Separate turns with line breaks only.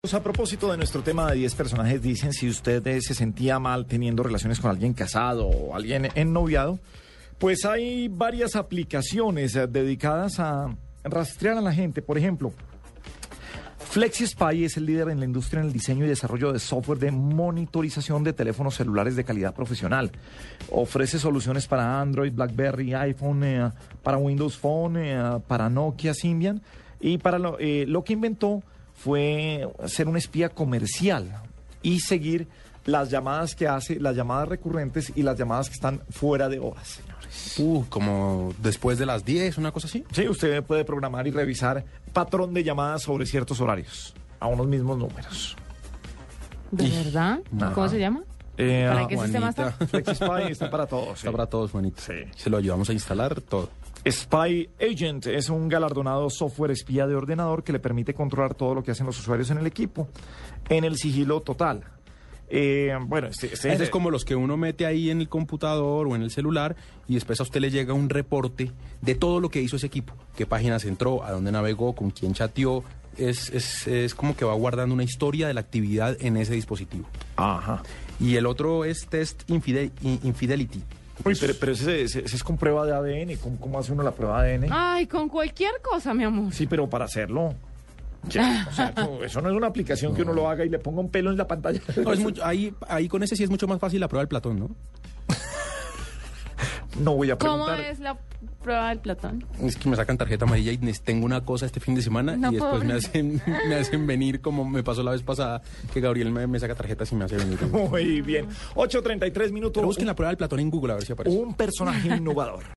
Pues a propósito de nuestro tema de 10 personajes, dicen si usted eh, se sentía mal teniendo relaciones con alguien casado o alguien ennoviado, pues hay varias aplicaciones eh, dedicadas a rastrear a la gente. Por ejemplo, FlexiSpy es el líder en la industria en el diseño y desarrollo de software de monitorización de teléfonos celulares de calidad profesional. Ofrece soluciones para Android, BlackBerry, iPhone, eh, para Windows Phone, eh, para Nokia, Symbian. Y para lo, eh, lo que inventó fue ser un espía comercial y seguir las llamadas que hace, las llamadas recurrentes y las llamadas que están fuera de horas, señores.
Uh, como después de las 10, una cosa así.
Sí, usted puede programar y revisar patrón de llamadas sobre ciertos horarios a unos mismos números.
¿De verdad? ¿Cómo se llama?
Eh,
¿Para
ah,
qué sistema está?
Juanita.
FlexiSpy está para todos. sí.
Está para todos, Juanito.
Sí.
Se lo ayudamos a instalar todo.
Spy Agent es un galardonado software espía de ordenador que le permite controlar todo lo que hacen los usuarios en el equipo, en el sigilo total. Eh, bueno, este, este-
Ese es como los que uno mete ahí en el computador o en el celular y después a usted le llega un reporte de todo lo que hizo ese equipo. Qué páginas entró, a dónde navegó, con quién chateó. Es, es, es como que va guardando una historia de la actividad en ese dispositivo.
Ajá.
Y el otro es Test infide- in- Infidelity.
Uy,
Pues-
pero, pero ese, ese- ese es con prueba de ADN. ¿Cómo, cómo hace uno la prueba de
Ah.
ADN?
Ay, con cualquier cosa, mi amor.
Sí, pero para hacerlo. ya, o sea, eso- eso no es una aplicación que uno lo haga y le ponga un pelo en la pantalla.
No, es mucho- ahí, ahí con ese sí es mucho más fácil la prueba del Platón, ¿no?
No voy a
¿Cómo
preguntar.
es la prueba del Platón?
Es que me sacan tarjeta amarilla y nes- tengo una cosa este fin de semana
No,
y después me
pobre.
hacen, me hacen venir como me pasó la vez pasada que Gabriel me, me saca tarjetas y me hace venir. Pero
Muy bien. 8.33 minutos.
busquen la prueba del Platón en Google a ver si aparece.
Un personaje innovador.